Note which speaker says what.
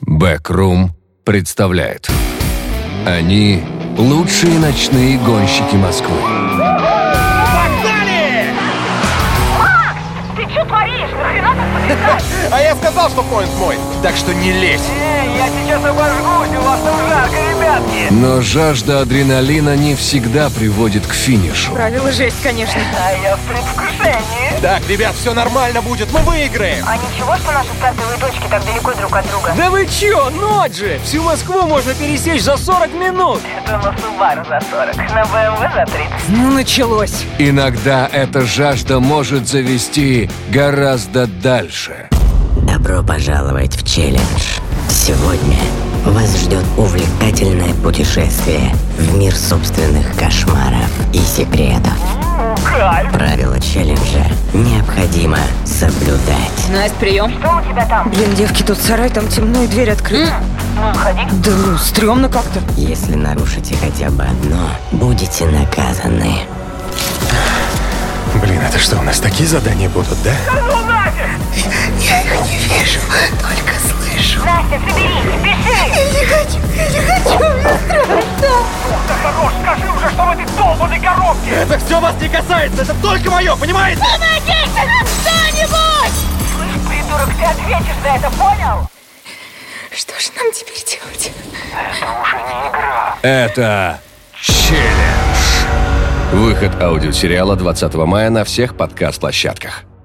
Speaker 1: Бэкрум представляет. Они лучшие ночные гонщики Москвы.
Speaker 2: Погнали!
Speaker 3: Макс, ты что творишь? Нахрена так подлетаешь?
Speaker 2: А я сказал, что поинт мой, так что не лезь.
Speaker 4: Эй, я сейчас обожгусь, у вас там жарко, ребятки.
Speaker 1: Но жажда адреналина не всегда приводит к финишу.
Speaker 5: Правила жесть, конечно.
Speaker 4: А я в предвкушении.
Speaker 2: Так, ребят, все нормально будет, мы выиграем.
Speaker 3: А ничего, что наши стартовые точки так далеко друг от друга?
Speaker 6: Да вы чё, ночь же! Всю Москву можно пересечь за 40 минут!
Speaker 4: Это на Субару за 40, на БМВ за 30.
Speaker 5: Ну, началось.
Speaker 1: Иногда эта жажда может завести гораздо дальше.
Speaker 7: Добро пожаловать в челлендж. Сегодня вас ждет увлекательное путешествие в мир собственных кошмаров и секретов.
Speaker 4: Кайф.
Speaker 7: Правила челленджа необходимо соблюдать.
Speaker 5: Настя, прием.
Speaker 3: Что у тебя там?
Speaker 5: Блин, девки, тут сарай, там темно и дверь открыта.
Speaker 3: Ну, выходи.
Speaker 5: Да ну, стрёмно как-то.
Speaker 7: Если нарушите хотя бы одно, будете наказаны.
Speaker 2: Блин, это что, у нас такие задания будут, да?
Speaker 3: Настя, соберись, пиши!
Speaker 4: Да хорош, скажи уже, что в этой долбанной коробке.
Speaker 2: Это все вас не касается, это только мое, понимаете?
Speaker 3: Слышь, придурок, ты ответишь за это, понял?
Speaker 5: Что же нам теперь делать?
Speaker 1: Это челлендж. Выход аудиосериала 20 мая на всех подкаст-площадках.